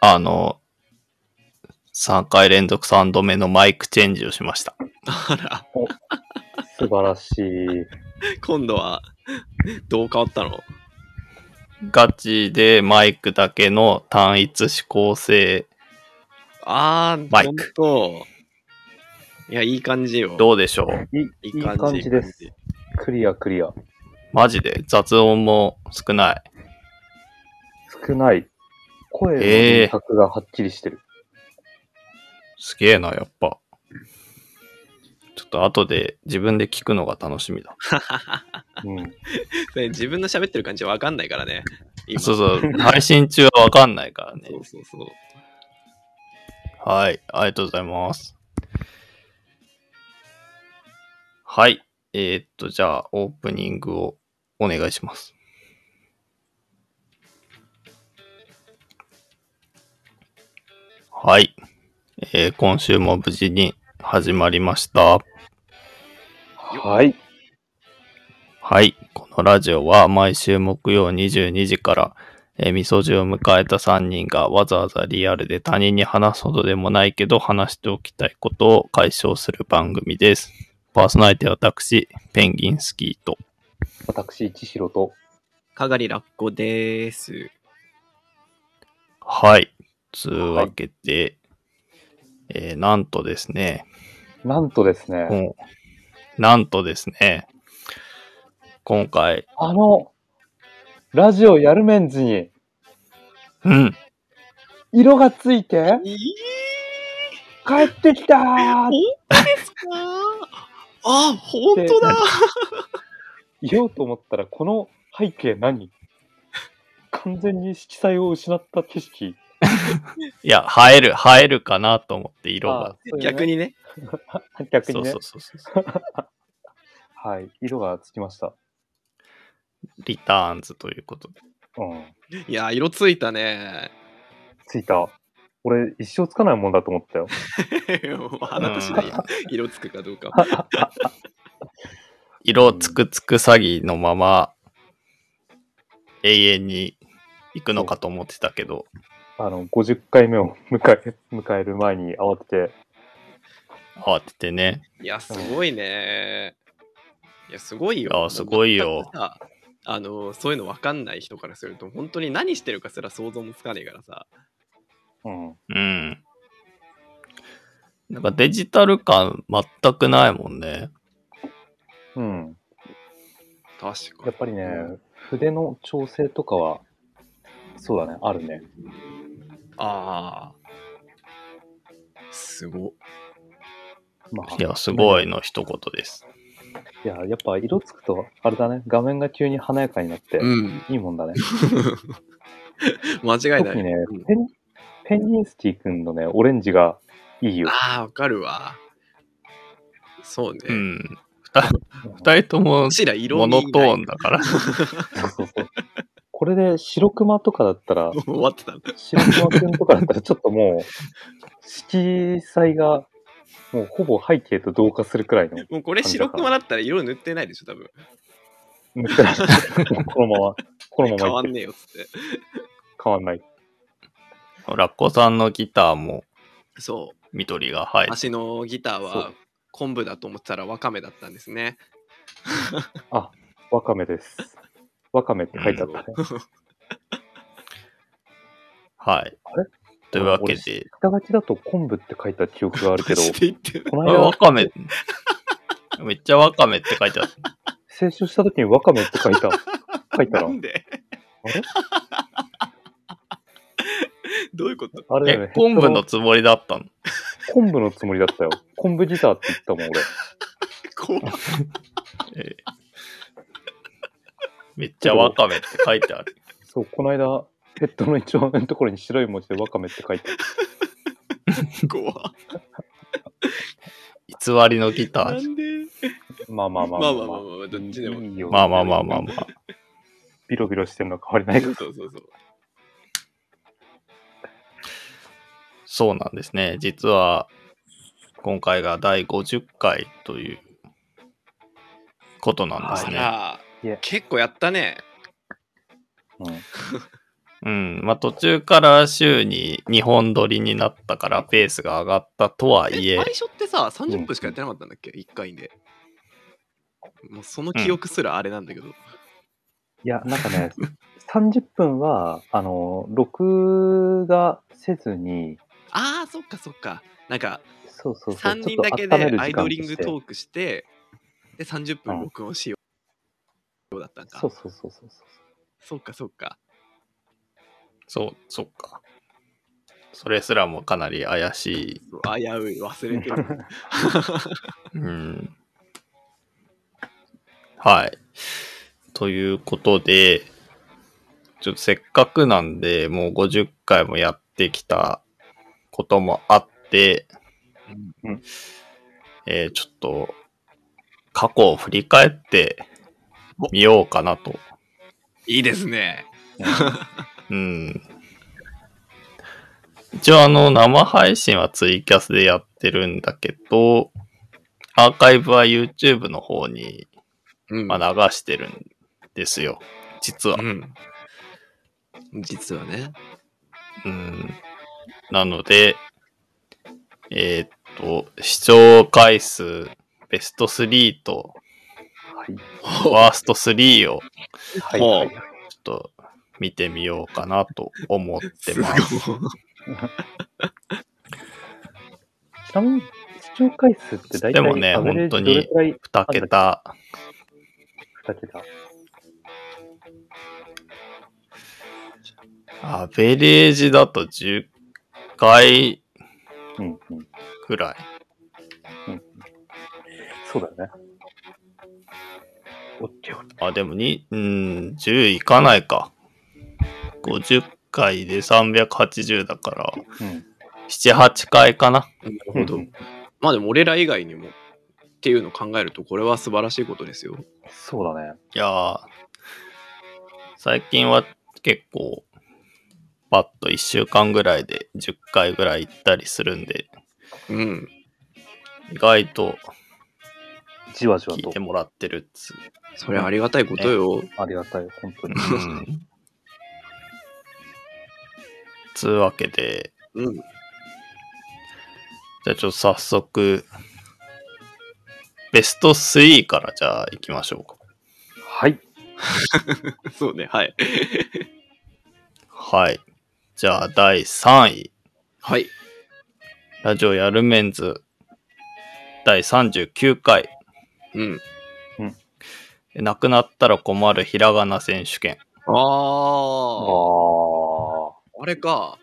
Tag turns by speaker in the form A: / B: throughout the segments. A: あの、3回連続3度目のマイクチェンジをしました。
B: あら、
C: 素晴らしい。
B: 今度は、どう変わったの
A: ガチでマイクだけの単一指向性、
B: あー、
A: マイク
B: ほんと。いや、いい感じよ。
A: どうでしょう
C: いいい感じです。
B: いい感
C: クリア、クリア。
A: マジで雑音も少ない。
C: 少ない。声の
A: ええ
C: 輪郭がはっきりしてる。
A: すげえな、やっぱ。ちょっと後で自分で聞くのが楽しみだ。
C: うん。
B: じね自分の喋ってる感じはわかんないからね。今
A: そうそう、配信中はわかんないからね
B: そ。うそうそう。
A: はい、ありがとうございます。はい、えーっと、じゃあ、オープニングをお願いします。はい、えー今週も無事に始まりました。
C: はい。
A: はい。このラジオは毎週木曜22時から、えー、みそじを迎えた3人がわざわざリアルで他人に話すほどでもないけど話しておきたいことを解消する番組です。パーソナリティは私、ペンギンスキーと。
C: 私、千尋と。
B: かがりラッコでーす。
A: はい。つうわけで、えーなんとですね、
C: なんとですね、
A: もうなんとですね、今回、
C: あの、ラジオやるメンズに
A: うん、
C: 色がついて
B: いい
C: 帰ってきたー
B: ですかあ、ほんとだ
C: 言おうと思ったら、この背景何完全に色彩を失った景色。
A: いや、映える、映えるかなと思って色
C: あ
A: が
C: あ。そういうね
B: 逆にね。
C: 逆
A: そ
C: に
A: う
C: ね
A: そうそうそう。
C: はい。色がつきました。
A: リターンズということで。
C: うん。
B: いや、色ついたね。
C: ついた。俺、一生つかないもんだと思ったよ。
B: もうあなた次第や色つくかどうか。
A: 色つくつく詐欺のまま永遠に行くのかと思ってたけど、
C: あの、50回目を 迎え、迎える前に慌てて、
A: 慌ててね。
B: いや、すごいね。いや、すごいよ。
A: いやすごいよ
B: 全くさ。あの、そういうの分かんない人からすると、本当に何してるかすら想像もつかねえからさ。
C: うん。
A: うん。なんかデジタル感全くないもんね。
C: うん。
B: 確か
C: やっぱりね、筆の調整とかは、そうだね、あるね。
B: ああ。すご。
C: まあ、
A: いや、すごいの一言です。
C: いや、やっぱ色つくと、あれだね、画面が急に華やかになって、
B: うん。
C: いいもんだね。
B: 間違いな
C: 特
B: い。
C: にね
B: うん、
C: ペン、ペンギンスティ君のね、オレンジがいいよ。
B: ああ、わかるわ。そうね。
A: うん。二人とも
B: むしろ色
A: モ
B: 味
A: ノ
B: 以
A: ト
B: 外
A: ーンだから。
C: そうそうそう。これで白熊とかだったら、
B: 終わってたんだ。
C: 白熊くんとかだったら、ちょっともう、色彩が、もうほぼ背景と同化するくらいの。
B: もうこれ白熊だったら色塗ってないでしょ、多分。
C: 塗ってない このまま、このまま
B: 変わ
C: い
B: ん
C: って
B: ねえよっつって。
C: 変わんない。
A: ラッコさんのギターも
B: そ
A: 緑が入
B: う。
A: る。
B: 足のギター
C: そ
B: は
C: う
B: 昆布だと思ってたらワカメだったんですね。
C: わかめです。わかめって書いてあったね。
A: はい
C: あれ。
A: というわけ
C: 俺
A: で、
C: 下書きだと昆布って書いた記憶があるけど
B: マ、ジで言ってる
C: こ
A: あ
C: の
A: れ
C: 間
A: わ、かめ、めっちゃわかめって書いてあった。
C: 清書した時にわかめって書いた。書いた
B: な
C: ら、
B: んで
C: あれ
B: どういうこと
C: あれだよ
A: え
C: ね、。
A: 昆布の
C: ヘッ
A: つもりだったの
C: ドの昆布のつもりだったよ。昆布ギターって言ったもん、俺。
B: 怖い
A: えーめっちゃわかめって書いてある。
C: そう、この間、ヘッドの一番上のところに白い文字でわかめって書いてある。
B: 怖い
A: 偽りのギタ
B: な
A: ー。
B: んで
C: まあまあまあ
B: まあまあまあまあどっちでも
C: いいよ
A: まあまあまあまあまあ。
C: ビロビロしてんの変わりないか
B: そう
C: ら。
B: そうそう。
A: そうなんですね。実は、今回が第50回ということなんです
B: あ
A: ね。
B: ら
C: いえ、
B: 結構やったね。
C: うん
A: うん。まあ、途中から週に2本撮りになったからペースが上がったとはい
B: え
A: え
B: 最、初ってさ30分しかやってなかったんだっけ、一 ?1 回で。もうその記憶すらあれなんだけど。
C: いや、なんかね、30分は、あの、録画せずに、
B: ああ、そっかそっか。なんか
C: そうそうそう。
B: 3人だけでアイドリングトークして、で30分録音しよう。だったん
C: ク
B: か。
C: そうそうそうそうそう。
B: そっかそっか。
A: そう、そっか。それすらもかなり怪しい。
B: そう危うい、忘れてる。
A: うん。はい。ということで、ちょっとせっかくなんで、もう50回もやってきたこともあって、
C: うんうん
A: えーちょっと、過去を振り返ってみようかなと。
B: いいですね。
A: うん。一応あの、生配信はツイキャスでやってるんだけど、アーカイブは YouTube の方に
B: うん。
A: まあ、流してるんですよ。実は
B: う。ん。実はね。
A: うん。なので、えーっと、視聴回数ベスト3と
C: はい。
A: ワースト3を
C: はい。はいはい
A: ちょっと見てみようかなと思って
B: すごい
A: ます。
C: ちなみに、視聴回数って大体、
A: でもね
C: アベレ
A: 本
C: ージ
A: 当に
C: どれくらい
A: 2桁。
C: だけだ
A: アベレージだと10回
C: うんうん。
A: くらい。
C: そうだよね。オッケーオッケ
A: あ、でもに、うん、10いかないか。50回で380だから、
C: ー。うん。
A: 7、8回かな。
B: なるほど。まあでも俺ら以外にもっていうのを考えるとこれは素晴らしいことですよ。
C: そうだね。
A: いやー、最近は結構、パッと1週間ぐらいで10回ぐらい行ったりするんで、
B: うん。
A: 意外と
C: じわじわ
A: 聞い
C: と
A: て。もらってるっつう。
B: それありがたいことよ。
C: ありがたい、本当に。
A: うん。つうわけで、
B: うん。
A: じゃあちょっと早速、ベスト3からじゃあ行きましょうか。
C: はい。
B: そうね。はい。
A: はい。じゃあ第3位。
B: はい。
A: ラジオやるメンズ第39回
B: うん。
A: なくなったら困るひらがな選手権。
B: あ
C: あ
B: あ。
C: あ。
B: あれか。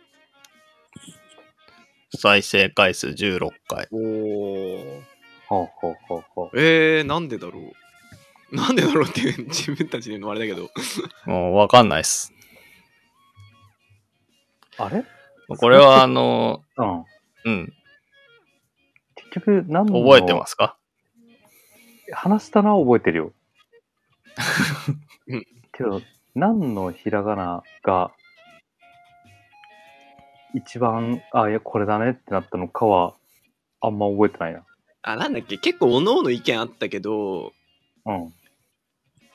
A: 再生回数16回。
B: おお。
C: ほうほうほうほ
B: えー、なんでだろう。なんでだろうって自分たちで言うのもあれだけど。。
A: もうわかんないっす。
C: う。あれ
A: これはあの、
C: うん。
A: うん、
C: 結局、何の
A: 覚えてますか
C: 話したな、覚えてるよ
B: うん
C: けど、何のひらがなが、一番、あ、いや、これだねってなったのかは、あんま覚えてないな。
B: あ、なんだっけ結構おのの意見あったけど、
C: うん。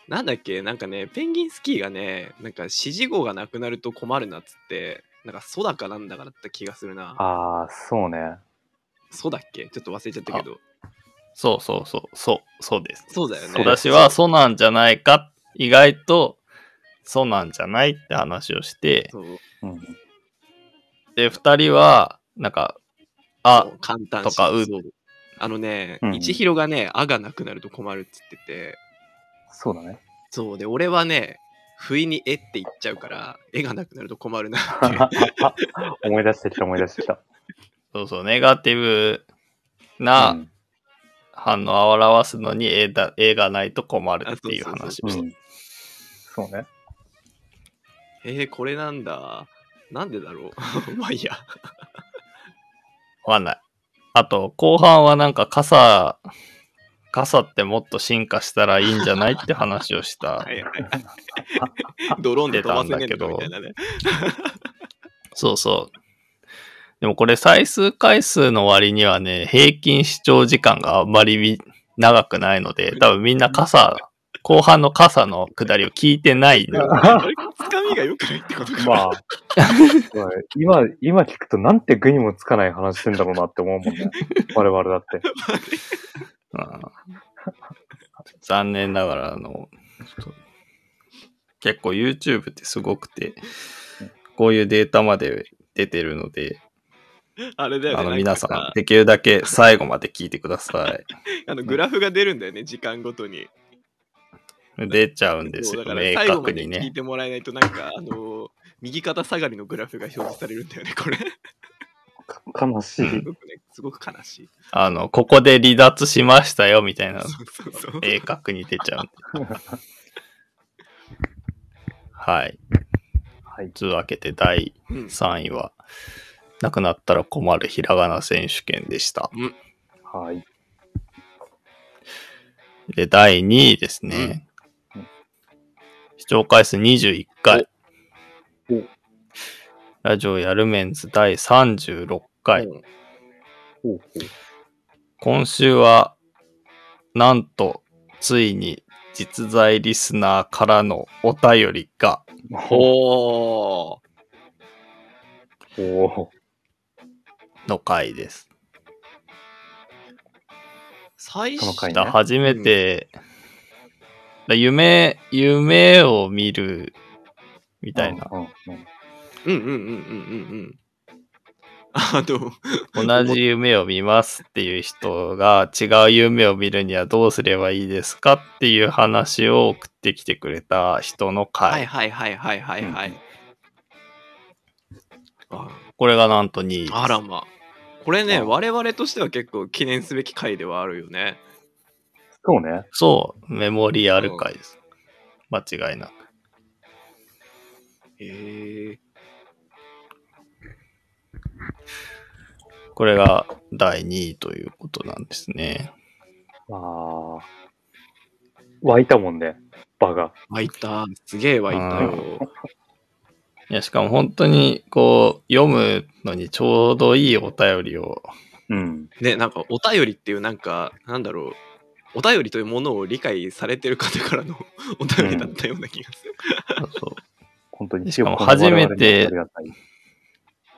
B: なんだっけなんかね、ペンギンスキーがね、なんか指示語がなくなると困るなっつって、なんかソダかなんだからって気がするな。
C: ああ、そうね。
B: そうだっけちょっと忘れちゃったけど。
A: そうそうそう、そう、そうです。
B: そうだよね。
C: そうです
A: 私はそうなんじゃないか、意外とそうなんじゃないって話をして、
B: そう、
C: うん。
A: で、二人は、なんか、あ、
B: 簡単
A: とかう
B: そうあのね、
C: うん
B: 一広がね、あがなくなると困るっつってて、
C: そうだね。
B: そうで、俺はね、不意にえって言っちゃうから、えがなくなると困るなって いう。
C: 思い出してきた、思い出してきた。
A: そうそう、ネガティブな、
C: うん
A: 反応を表すのに絵だ絵がないと困るっていう
B: あ
A: 話
B: そうそ
A: を
C: う
A: した。
C: ん。そうね。
B: えー、これなんだ。なんでだろう。 まあいいや。
A: わかんない。あと、後半はなんか傘、傘ってもっと進化したらいいんじゃないって話をした
B: は。いはいはい。 ドローンで飛ばせねえんだみたいなね。
A: そうそう。でもこれ再数回数の割にはね、平均視聴時間があんまりみ長くないので、多分みんな傘、後半の傘の下りを聞いてないんだよ。
B: あれつかみが良くないってことか。
C: まあ、 今、今聞くとなんて具にもつかない話してんだろうなって思うもんね。我々だって。
A: うん残念ながら、あの、ちょっと結構 YouTube ってすごくて、こういうデータまで出てるので、
B: あれだよね。
A: あ
B: なん
A: の
B: か
A: 皆さん、できるだけ最後まで聞いてくださ い。
B: あのグラフが出るんだよね、時間ごとに。
A: 出ちゃうんです
B: そう
A: よ、
B: だから
A: 明
B: 最後ま
A: 確
B: で
A: に
B: 聞い
A: ね。
B: てもらえないと、なんか、あのー右肩下がりのグラフが表示されるんだよね、これ。す
C: か悲しい。
B: ごくね、すごく悲しい。
A: あの、ここで離脱しましたよ、みたいな、
B: そうそうそう。
A: 明確に出ちゃうんで。はい。
C: はい。
A: つわけて第
B: うん
A: 3位は、なくなったら困るひらがな選手権でした。
C: はい。
A: で、第2位ですね。
C: うん
A: 視聴回数21回
C: おお。
A: ラジオやるメンズ第36回。
B: うん
C: ほうほう。
A: 今週は、なんと、ついに実在リスナーからのお便りが、
B: おー
C: ほ
A: の回です。
B: 最
C: この
B: 初
C: 回
A: だ
C: ね
A: 初めて、だ夢、夢を見る、み
C: み
A: たいな。。
C: うんうん
B: うんうんうんうんうんうん。あの、
A: 同じ夢を見ますっていう人が違う夢を見るにはどうすればいいですかっていう話を送ってきてくれた人の回。
B: はいはいはいはいはいはい。あ
A: これがなんと2位です。
B: あらま。これね、
C: うん
B: 我々としては結構記念すべき回ではあるよね。
C: そうね。
A: そう、メモリアル回です。間違いなく。
B: へえ。
A: これが第2位ということなんですね。
C: まあ、湧いたもんね、場が。
B: 湧いた。すげえ湧いたよ。
A: いや、しかも本当にこう、読むのにちょうどいいお便りを、
C: うん。
B: ね、なんかお便りっていうなんか、なんだろう。お便りというものを理解されてる方からの お便りだったような気がする。
A: そう
C: 本当に。
A: しかも初めて
C: ありがたい。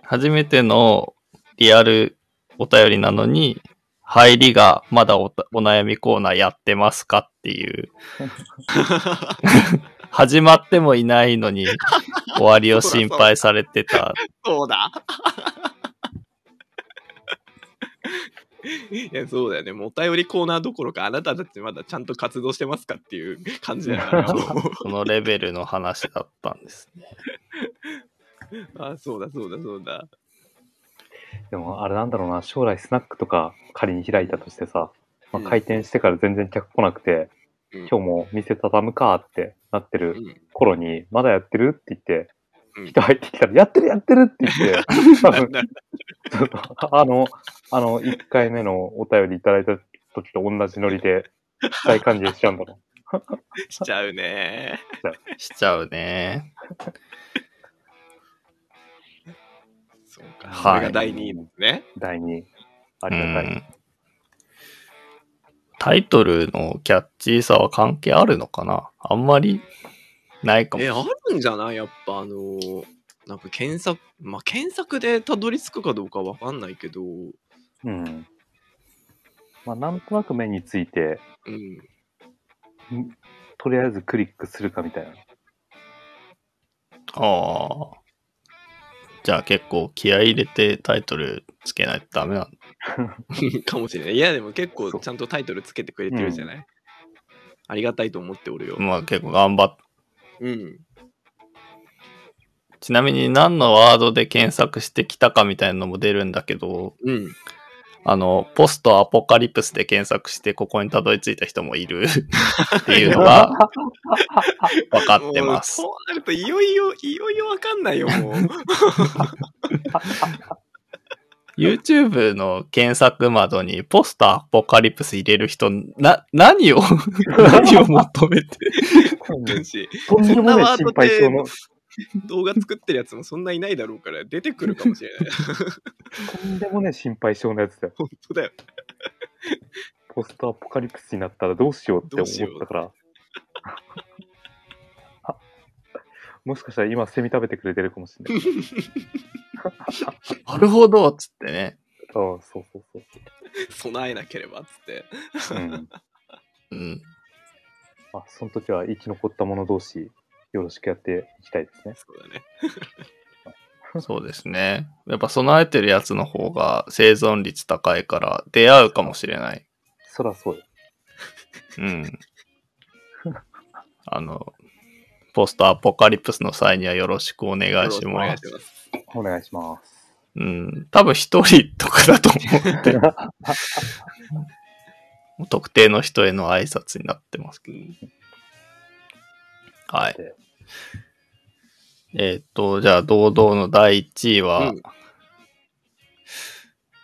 A: 初めてのリアルお便りなのに、入りがまだおたお悩みコーナーやってますかっていう、始まってもいないのに終わりを心配されてた。
B: そうだ。 いや、そうだよね。もうお便りコーナーどころか、あなたたちまだちゃんと活動してますかっていう感じだよね。
A: そのレベルの話だったんですね。
B: あ、そうだ、そうだ、そうだ。
C: でも、あれなんだろうな、将来スナックとか仮に開いたとしてさ、ま
B: う
C: あ、
B: ん
C: 開店してから全然客来なくて、
B: うん
C: 今日も店畳むかってなって
B: う
C: る
B: ん
C: 頃に、まだやってるって言って
B: うん、
C: 人入ってきたら、やってるやってるって言って、多分
B: な
C: ちょっと あの、あの、1回目のお便りいただいた時と同じノリで、したい感じしちゃうんだろ
B: しちゃうね。
A: しちゃうね。
B: そうか。
A: はい
B: これが第2位ですね。
C: う。第2位。ありがた
A: う
C: い。
A: んタイトルのキャッチーさは関係あるのかなあんまりないかもし
B: え、
A: れな
B: あ
A: い。
B: るんじゃないやっぱあのーなんか検索、まあ、検索でたどり着くかどうかわかんないけど、うん。
C: うん。まあ、なんとなく目について、とりあえずクリックするかみたいな。
A: ああ。じゃあ結構気合い入れてタイトルつけないとダメなんだ。
B: かもしれない。いや、でも結構
C: そう
B: ちゃんとタイトルつけてくれてるじゃない、ありがたいと思っておるよ。
A: まあ結構頑張っ
B: うん。
A: ちなみに何のワードで検索してきたかみたいなのも出るんだけど、
B: うん。
A: あの、ポストアポカリプスで検索してここにたどり着いた人もいるっていうのが分かってます
B: も。うそうなると、いよいよ、いよいよわかんないよ、もう。
A: YouTube の検索窓にポストアポカリプス入れる人、な、何 を、何を求めて
B: だし
C: とんでもない心配性の、
B: 動画作ってるやつもそんないないだろうから、出てくるかもしれない。
C: とんでもない心配性のやつだよ。
B: 本当だよ。
C: ポストアポカリプスになったらどうしようって思ったから、もしかしたら今、セミ食べてくれてるかもしれない。
A: なるほどっつってね。
C: あそうそうそうそう。
B: 備えなければっつって。
C: うん。
A: うん。
C: まあ、その時は生き残った者同士、よろしくやっていきたいですね。
B: そうだね。
A: そうですね。やっぱ備えてるやつの方が生存率高いから出会うかもしれない。
C: そらそうよ。
A: うん。 あの、ポストアポカリプスの際にはよろしくお願いし
B: お願
A: ま
B: い
A: す。
B: します。
C: お願いします。
A: うん。多分一人とかだと思って。特定の人への挨拶になってますけど。はい。えーっと、じゃあ、堂々の第1位は、
B: うん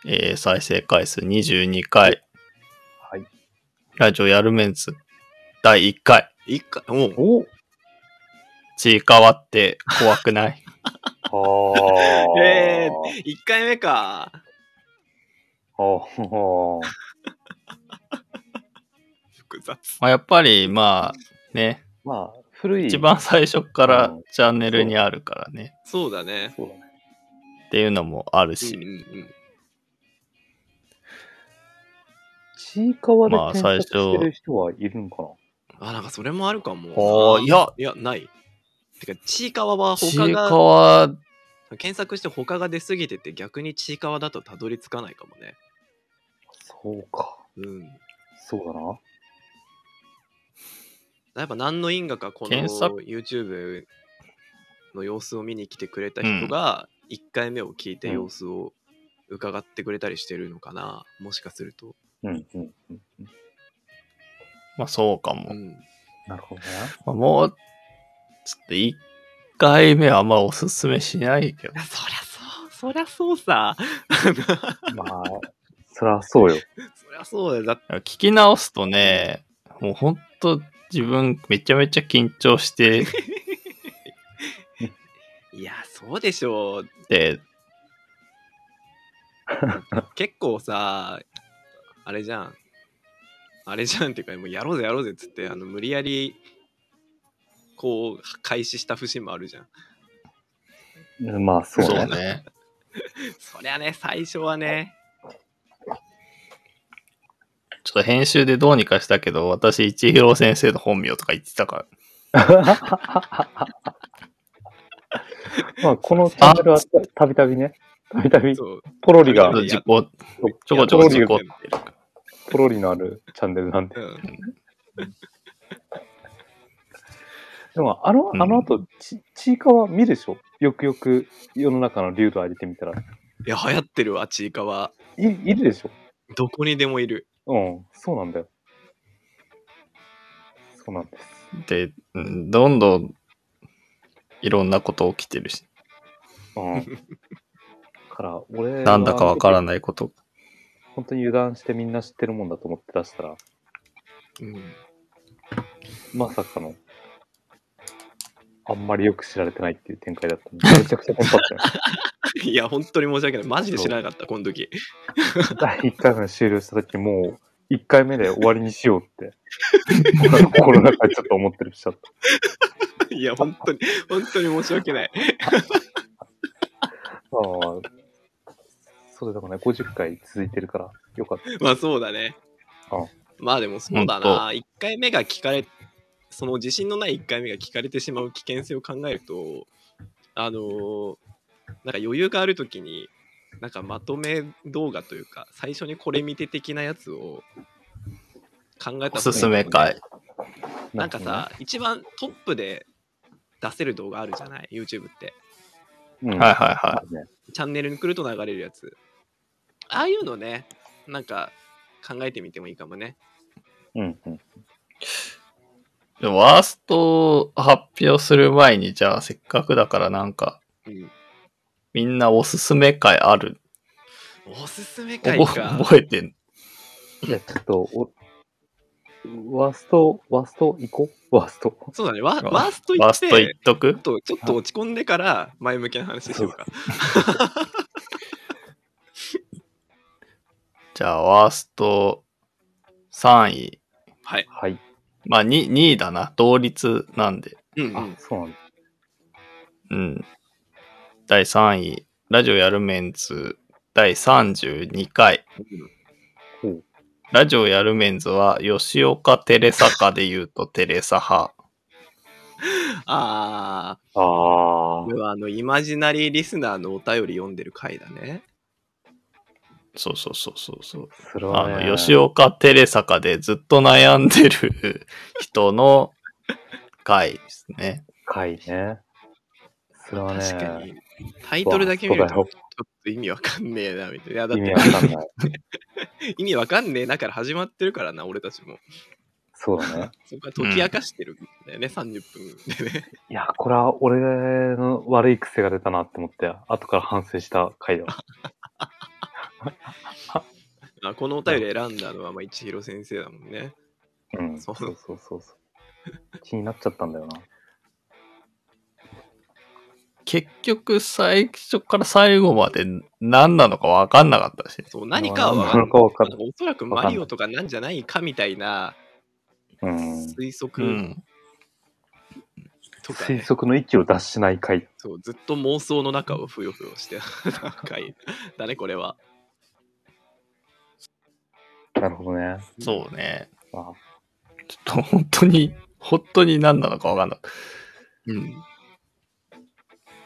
A: えー再生回数22回、
C: はい。
A: ラジオやるメンツ第1回、
B: 一回、もう、
C: お
A: ちいかわって怖く ない
C: ああ。
B: えー一回目か。
C: あー
B: 複雑。
A: まあやっぱり、まあ、ね、
C: まあ、古い。
A: 一番最初から
C: うん
A: チャンネルにあるからね、
B: そうだね。
C: そうだね。
A: っていうのもある
B: うんうん
A: し、
B: うん。
C: ちいかわで
A: まあ
C: 検
A: 最
C: 索
A: 初
C: してる人はいるんかな、
B: あ、なんかそれもあるかも。
A: あーいや
B: いや、ない。てか、ちいかわは
A: ち
B: 他
A: い
B: が
A: か、わ、
B: 検索して他が出すぎてて、逆にちいかわだとたどり着かないかもね。
C: そうか。
B: うん。
C: そうだな。
B: やっぱ何の因果かこの
A: 検索
B: YouTube の様子を見に来てくれた人が1回目を聞いて様子を伺ってくれたりしてるのかな、もしかすると、
C: うん、うん、うん。
A: まあそうかも
B: う。ん、
C: なるほどね。
A: まあ、もう、ちょっと1回目はあんまおすすめしないけど
B: い。やそりゃそうそりゃそうさ
C: まあ、そりゃそうよ。
B: そりゃそうだよだって
A: 聞き直すとね、もうほんと自分めちゃめちゃ緊張して
B: いやそうでしょう
A: て、
B: 結構さあれじゃんあれじゃんっていうかもうやろうぜやろうぜっつってあの無理やりこう開始した節もあるじゃん
C: まあ、そう
A: そう
C: ね。
A: ね。
B: そりゃね最初はね
A: ちょっと編集でどうにかしたけど、私、一郎先生の本名とか言ってたから。
C: まあ、このチャンネルはたびたびね、たびたび
B: そう
C: ポロリが、
B: うん
A: 事故、ちょこちょ
C: ポロ
A: こ
C: リ
A: 事
C: が
A: 故ってる。
C: ポロリのあるチャンネルなんで。
B: うん
C: でも、あの、
A: うん
C: あの後、ち、ちいかわ見るでしょよくよく世の中の流度上げてみたら。
B: いや、流行ってるわ、ちいかわ。
C: い、いるでしょ
B: どこにでもいる。
C: うん、そうなんだよ。そうなんです。
A: で、うんどんどんいろんなこと起きてるし、
C: うん。から、俺、
A: なんだかわからないこと。
C: 本当に油断してみんな知ってるもんだと思って出したら、
B: うん、
C: まさかの、あんまりよく知られてないっていう展開だったんで、めちゃくちゃテンパった
B: いや、本当に申し訳ない。マジで知らなかった、この時。
C: よ。第1回目終了した時、もう、1回目で終わりにしよう って、心の中でちょっと思ってるしちゃっ
B: いや、本当に、本当に申し訳ない。
C: た。ああ、そうだからね、50回続いてるから、よかった。
B: まあ、そうだね
C: あ。
B: まあ、でもそうだ
A: ほ
B: な。1回目が聞かれ、その自信のない1回目が聞かれてしまう危険性を考えると、あのーなんか余裕がある時に、なんかまとめ動画というか、最初にこれ見て的なやつを考えた方がいいかもね
A: おすすめ会。
B: なんかさ、一番トップで出せる動画あるじゃない ?YouTube って。
C: うん、
A: はいはいは
C: はい。
B: チャンネルに来ると流れるやつ。ああいうのね、なんか考えてみてもいいかもね。
C: うん、うん。
A: い。でワーストを発表する前に、じゃあせっかくだからなんか、
B: うん、
A: みんなおすすめ会ある。
B: おすすめ会
A: 覚
B: か。
A: 覚えてん
C: いや、ちょっと、お、ワースト、ワースト行こうワースト。
B: そうだね。ワ
A: の
B: ワースト行
A: ワー
B: っ、
A: スト言ってとく
B: ちょっとちょっと落ち込んでから前向きな話しようか。
A: じゃあ、ワースト3位、
B: はい。
C: はい。
A: まあ2、2位だな。同率なんで。
B: うんう
C: あ
B: ん、
C: そうなんだ。
A: うん。第3位、ラジオやるメンツ、第32回。
C: ほう。
A: ラジオやるメンズは、吉岡テレサかで言うとテレサ派。
B: あー、
C: あ
B: これはあの、イマジナリーリスナーのお便り読んでる回だね。
A: そうそうそうそうそう。
C: あ、それ
A: あ
C: は、ね、
A: の、吉岡テレサかでずっと悩んでる人 の回ですね。
C: 深いね。それはね、
B: 確かに。タイトルだけ見ると、ちょっと意味わかんねえな、みたいな。いや、だっ
C: 意味
B: て
C: わ、かんない。
B: 意味わかんねえなから始まってるからな、俺たちも。
C: そうだね。
B: そこは解き明かしてるんだよね、30分でね。
C: いや、これは俺の悪い癖が出たなって思って、後から反省した回 だわ。
B: あこのお便り選んだのは、まあ、一広先生だもんね。
C: うん、
B: そ
C: そううそうそうそう。気になっちゃったんだよな。
A: 結局、最初から最後まで何なのかわかんなかったし。
B: そう、何かはわかん
C: 何かわかん
B: ないおそらくマリオとかなんじゃないかみたいな
C: うん。
B: 推
A: う
B: 測
A: ん。
B: とか、
C: 推
B: ね
C: 測の域を脱しない回。
B: そう、ずっと妄想の中をふよふよして た回だね、これは。
C: なるほどね。
A: そうね。
C: あ
A: ちょっと本当に、本当に何なのかわかんなかった。
B: うん。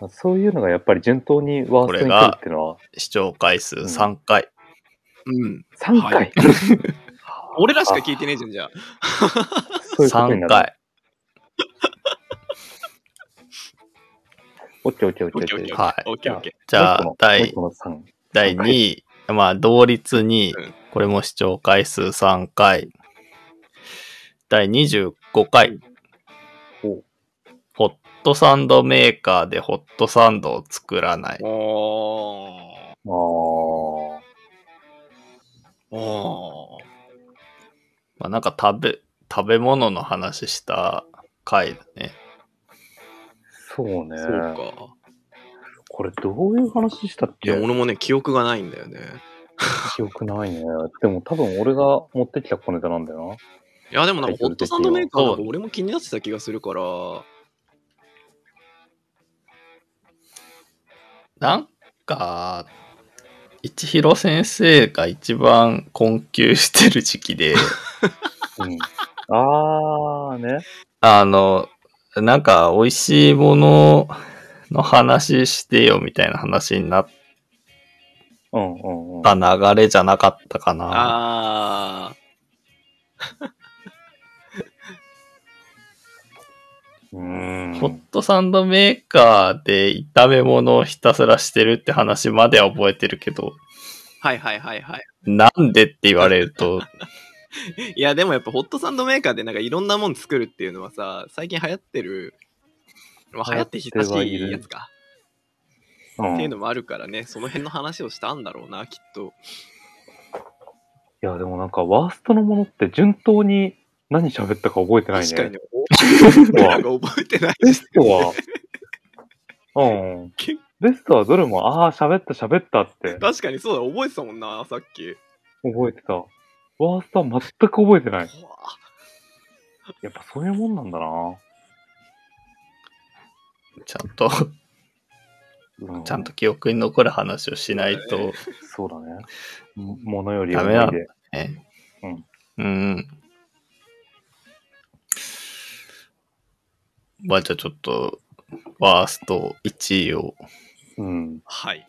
C: そういうのがやっぱり順当にワーストに来るっていうのは、
A: 視聴回数3回。
B: うん。
C: 3回、
B: はい俺らしか聞いてねえじゃん、じゃあ。
C: そういうことに
A: 3
C: なる。
A: 回。
C: おっちょおっちょおっちょ
B: オッケーオッ
C: おっちょ
B: ケー。
A: はい
B: オッケーオッケ
A: じゃあ
C: もう一
A: 第
C: 個のもう一個の三
A: 第2位。まあ、同率2位
B: うん。
A: これも視聴回数3回。第25回。
C: お
A: ホットサンドメーカーでホットサンドを作らない
B: ー。。おー。
C: あー
B: おー。
A: まあ、なんか食べ、食べ物の話した回だね。
C: そうね。
B: そうか。
C: これどういう話したっ
B: い
C: け
B: や、俺もね、記憶がないんだよね。
C: 記憶ないね。でも多分俺が持ってきた小ネタなんだよ
B: いや、でもなんか、ホットサンドメーカーなんか
A: そ
B: 俺も気になってた気がするから、
A: なんか、一広先生が一番困窮してる時期で、
C: な。うん。あーね。
A: あの、なんか美味しいものの話してよみたいな話になっ
C: うんうんうん。
A: た流れじゃなかったかな。
B: あ
C: うーん。
A: ホットサンドメーカーで炒め物をひたすらしてるって話までは覚えてるけど、
B: ー、はいはいはいはい。
A: なんでって言われると、
B: いや、でもやっぱホットサンドメーカーでなんかいろんなもん作るっていうのはさ、最近流行ってる、まあ、流行って久しいやつか。
C: うん
B: っていう
C: い
B: のもあるからね、その辺の話をしたんだろうな、きっと。
C: やでもなんかワーストのものって順当に何喋ったか覚えてないね。
B: 確かにね、
C: ベスト
B: な
C: は
B: ん、か覚えてない
C: ベ
B: です
C: ストは、うん。ベストはどれも、ああ、喋った喋ったって
B: 確かにそうだ、覚えてたもんな、さっき。
C: 覚えてた。ワーストは全く覚えてない。
B: うわ
C: やっぱそういうもんなんだな。
A: ちゃん と、
C: う
A: ちゃんと記憶に残る話をしないと、
C: そうだね。もものより
A: ダメだ
C: 思いで
A: ね
C: うん。
A: うん。まあじゃあちょっと、ワースト1位を、
C: うん。
B: はい。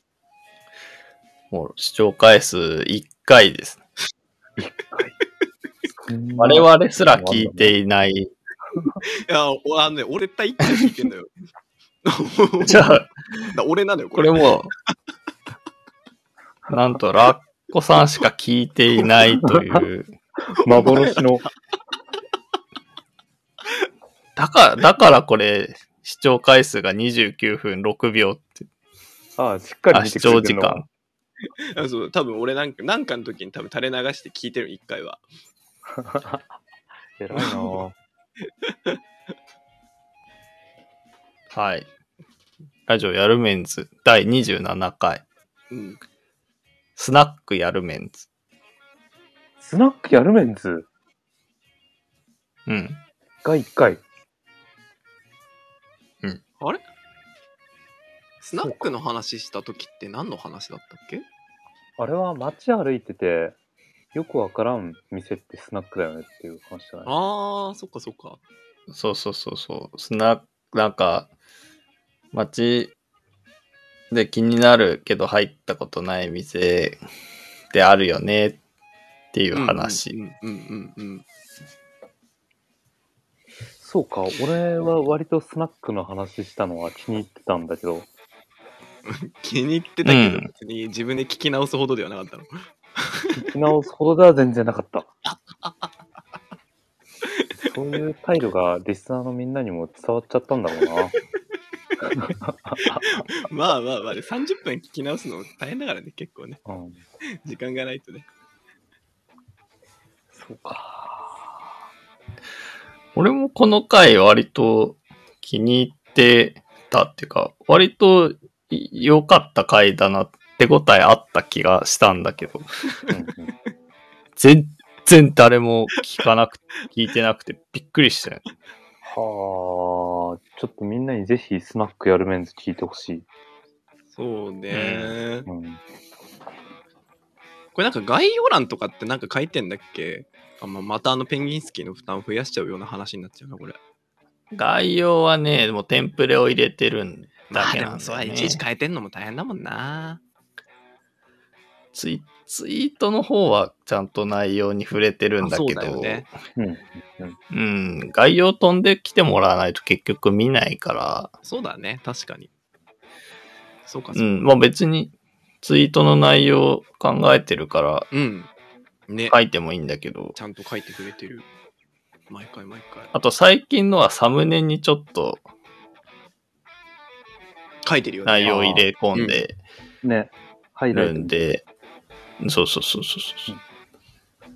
A: もう視聴回数1回です。我々すら聞いていない。
B: いや、おあのね、俺絶対一回聞いてんだよ。
A: じゃあ、
B: だ俺なのよ、
A: これもう、なんと、ラッコさんしか聞いていないという。
C: 幻の。
A: だから、だからこれ、視聴回数が29分6秒って、
C: ああ、しっかり
A: あ
C: 見て
A: 視
C: く
A: 聴
C: れて
A: 時
C: るのは
A: 間。
B: あそう多分俺なんか、なんかの時に多分垂れ流して聞いてる、一回は。
C: 偉いなぁ
A: はい。ラジオやるメンズ第27回。
B: うん。
A: スナックやるメンズ。
C: スナックやるメンズ。
A: うん。
C: が1回。
B: あれスナックの話した時って何の話だったっけ
C: あれは街歩いてて、よくわからん店ってスナックだよねっていう話じゃない
B: あー、そっかそっか。
A: そうそうそうそう。スナック、なんか、街で気になるけど入ったことない店であるよねっていう話。
B: うんうんうんうん
C: そうか、俺は割とスナックの話したのは気に入ってたんだけど、
B: うん。気に入ってたけど、
A: うん
B: 別に自分で聞き直すほどではなかったの。
C: 聞き直すほどでは全然なか った。そういう態度がリスナーのみんなにも伝わっちゃったんだろうな。
B: まあまあまあ、で30分聞き直すの大変だからね、結構ね。
C: うん、
B: 時間がないとね。
C: そうか。
A: 俺もこの回割と気に入ってたっていうか、割と良かった回だな、手応えあった気がしたんだけど、
C: うんうん
A: 全然誰も聞かな く、聞いてなくてびっくりしたよね。
C: はあ、ちょっとみんなにぜひスナックやるメンズ聞いてほしい。
B: そうね、
C: う
B: こ
C: ん。
B: れなんか概要欄とかってなんか書いてんだっけあまあまたあのペンギンスキーの負担を増やしちゃうような話になっちゃうな、これ。
A: 概要はね、もうテンプレを入れてるん
B: ま
A: だ
B: あ
A: け
B: で
A: なん
B: もそ
A: だ
B: れ
A: よ
B: い
A: ね
B: ちいち。変えてんのも大変だもんな。
A: ツイツイートの方はちゃんと内容に触れてるんだけ
B: あそうだよ
A: ど、
B: ね
C: うん。
A: うん、概要飛んできてもらわないと結局見ないから、
B: そうだね、確かに。そうか、そうう
A: ん、
B: か。
A: まあ別にツイートの内容考えてるから
B: うん。ね、
A: 書いてもいいんだけど、
B: ちゃんと書いてくれてる。毎回毎回。
A: あと最近のはサムネにちょっと
B: 書いてるよね。
A: 内容入れ込んで
C: ね。ハイラ
A: る
C: イト
A: ん。で、そうそうそうそうそう。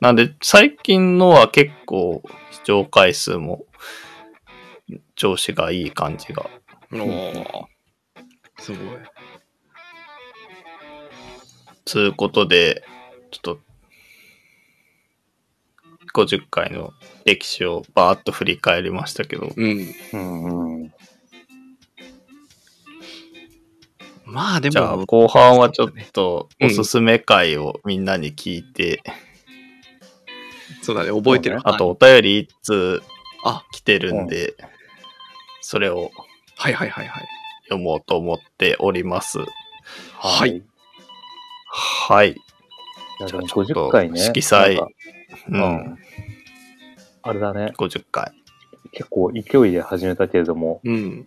A: なんで最近のは結構視聴回数も調子がいい感じが。
B: おーすごい。
A: つうことで、ちょっと50回の歴史をバーッと振り返りましたけど、
B: うん。
C: うんうん。
B: まあでも、
A: じゃあ後半はちょっとおすすめ回をみんなに聞いて、
B: そうだね、覚えてる。
A: あとお便り一通
B: あ、
A: 来てるんで、それを
B: はいはいはいはい。
A: 読もうと思っております。
B: はい
C: い
A: はい。
C: や
A: じゃ
C: で
A: あ
C: も
A: ちょっと
C: 50回ね。
A: 色彩
C: なんか
A: う。
C: うんん。あれだね。
A: 50回。
C: 結構勢いで始めたけれども、
B: うん。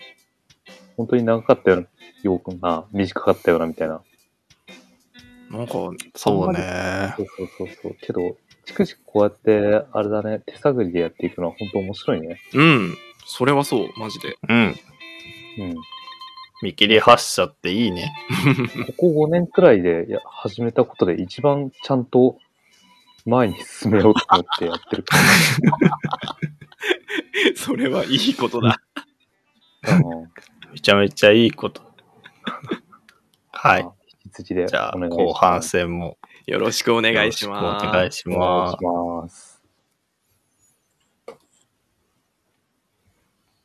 C: 本当に長かったような、ような、短かったようなみたいな。
B: なんか、
A: そうね
C: そ。うそうそうそう。けど、チクチクこうやって、あれだね、手探りでやっていくのは本当面白いね。
B: うん。それはそう、マジで。
A: うん。
C: うん。
A: 見切り発車っていいね。
C: ここ5年くらいでや始めたことで一番ちゃんと前に進めようと思ってやってるか
B: それはいいことだ。
C: ら、あの、
A: めちゃめちゃいい こと。はい。
C: 引き続きで
A: じゃあ
C: お願いします。
A: 後半戦も
B: よろしくお願いします。
A: よろしくお願いし
C: お願
A: ま
C: い
A: す
C: し。ます。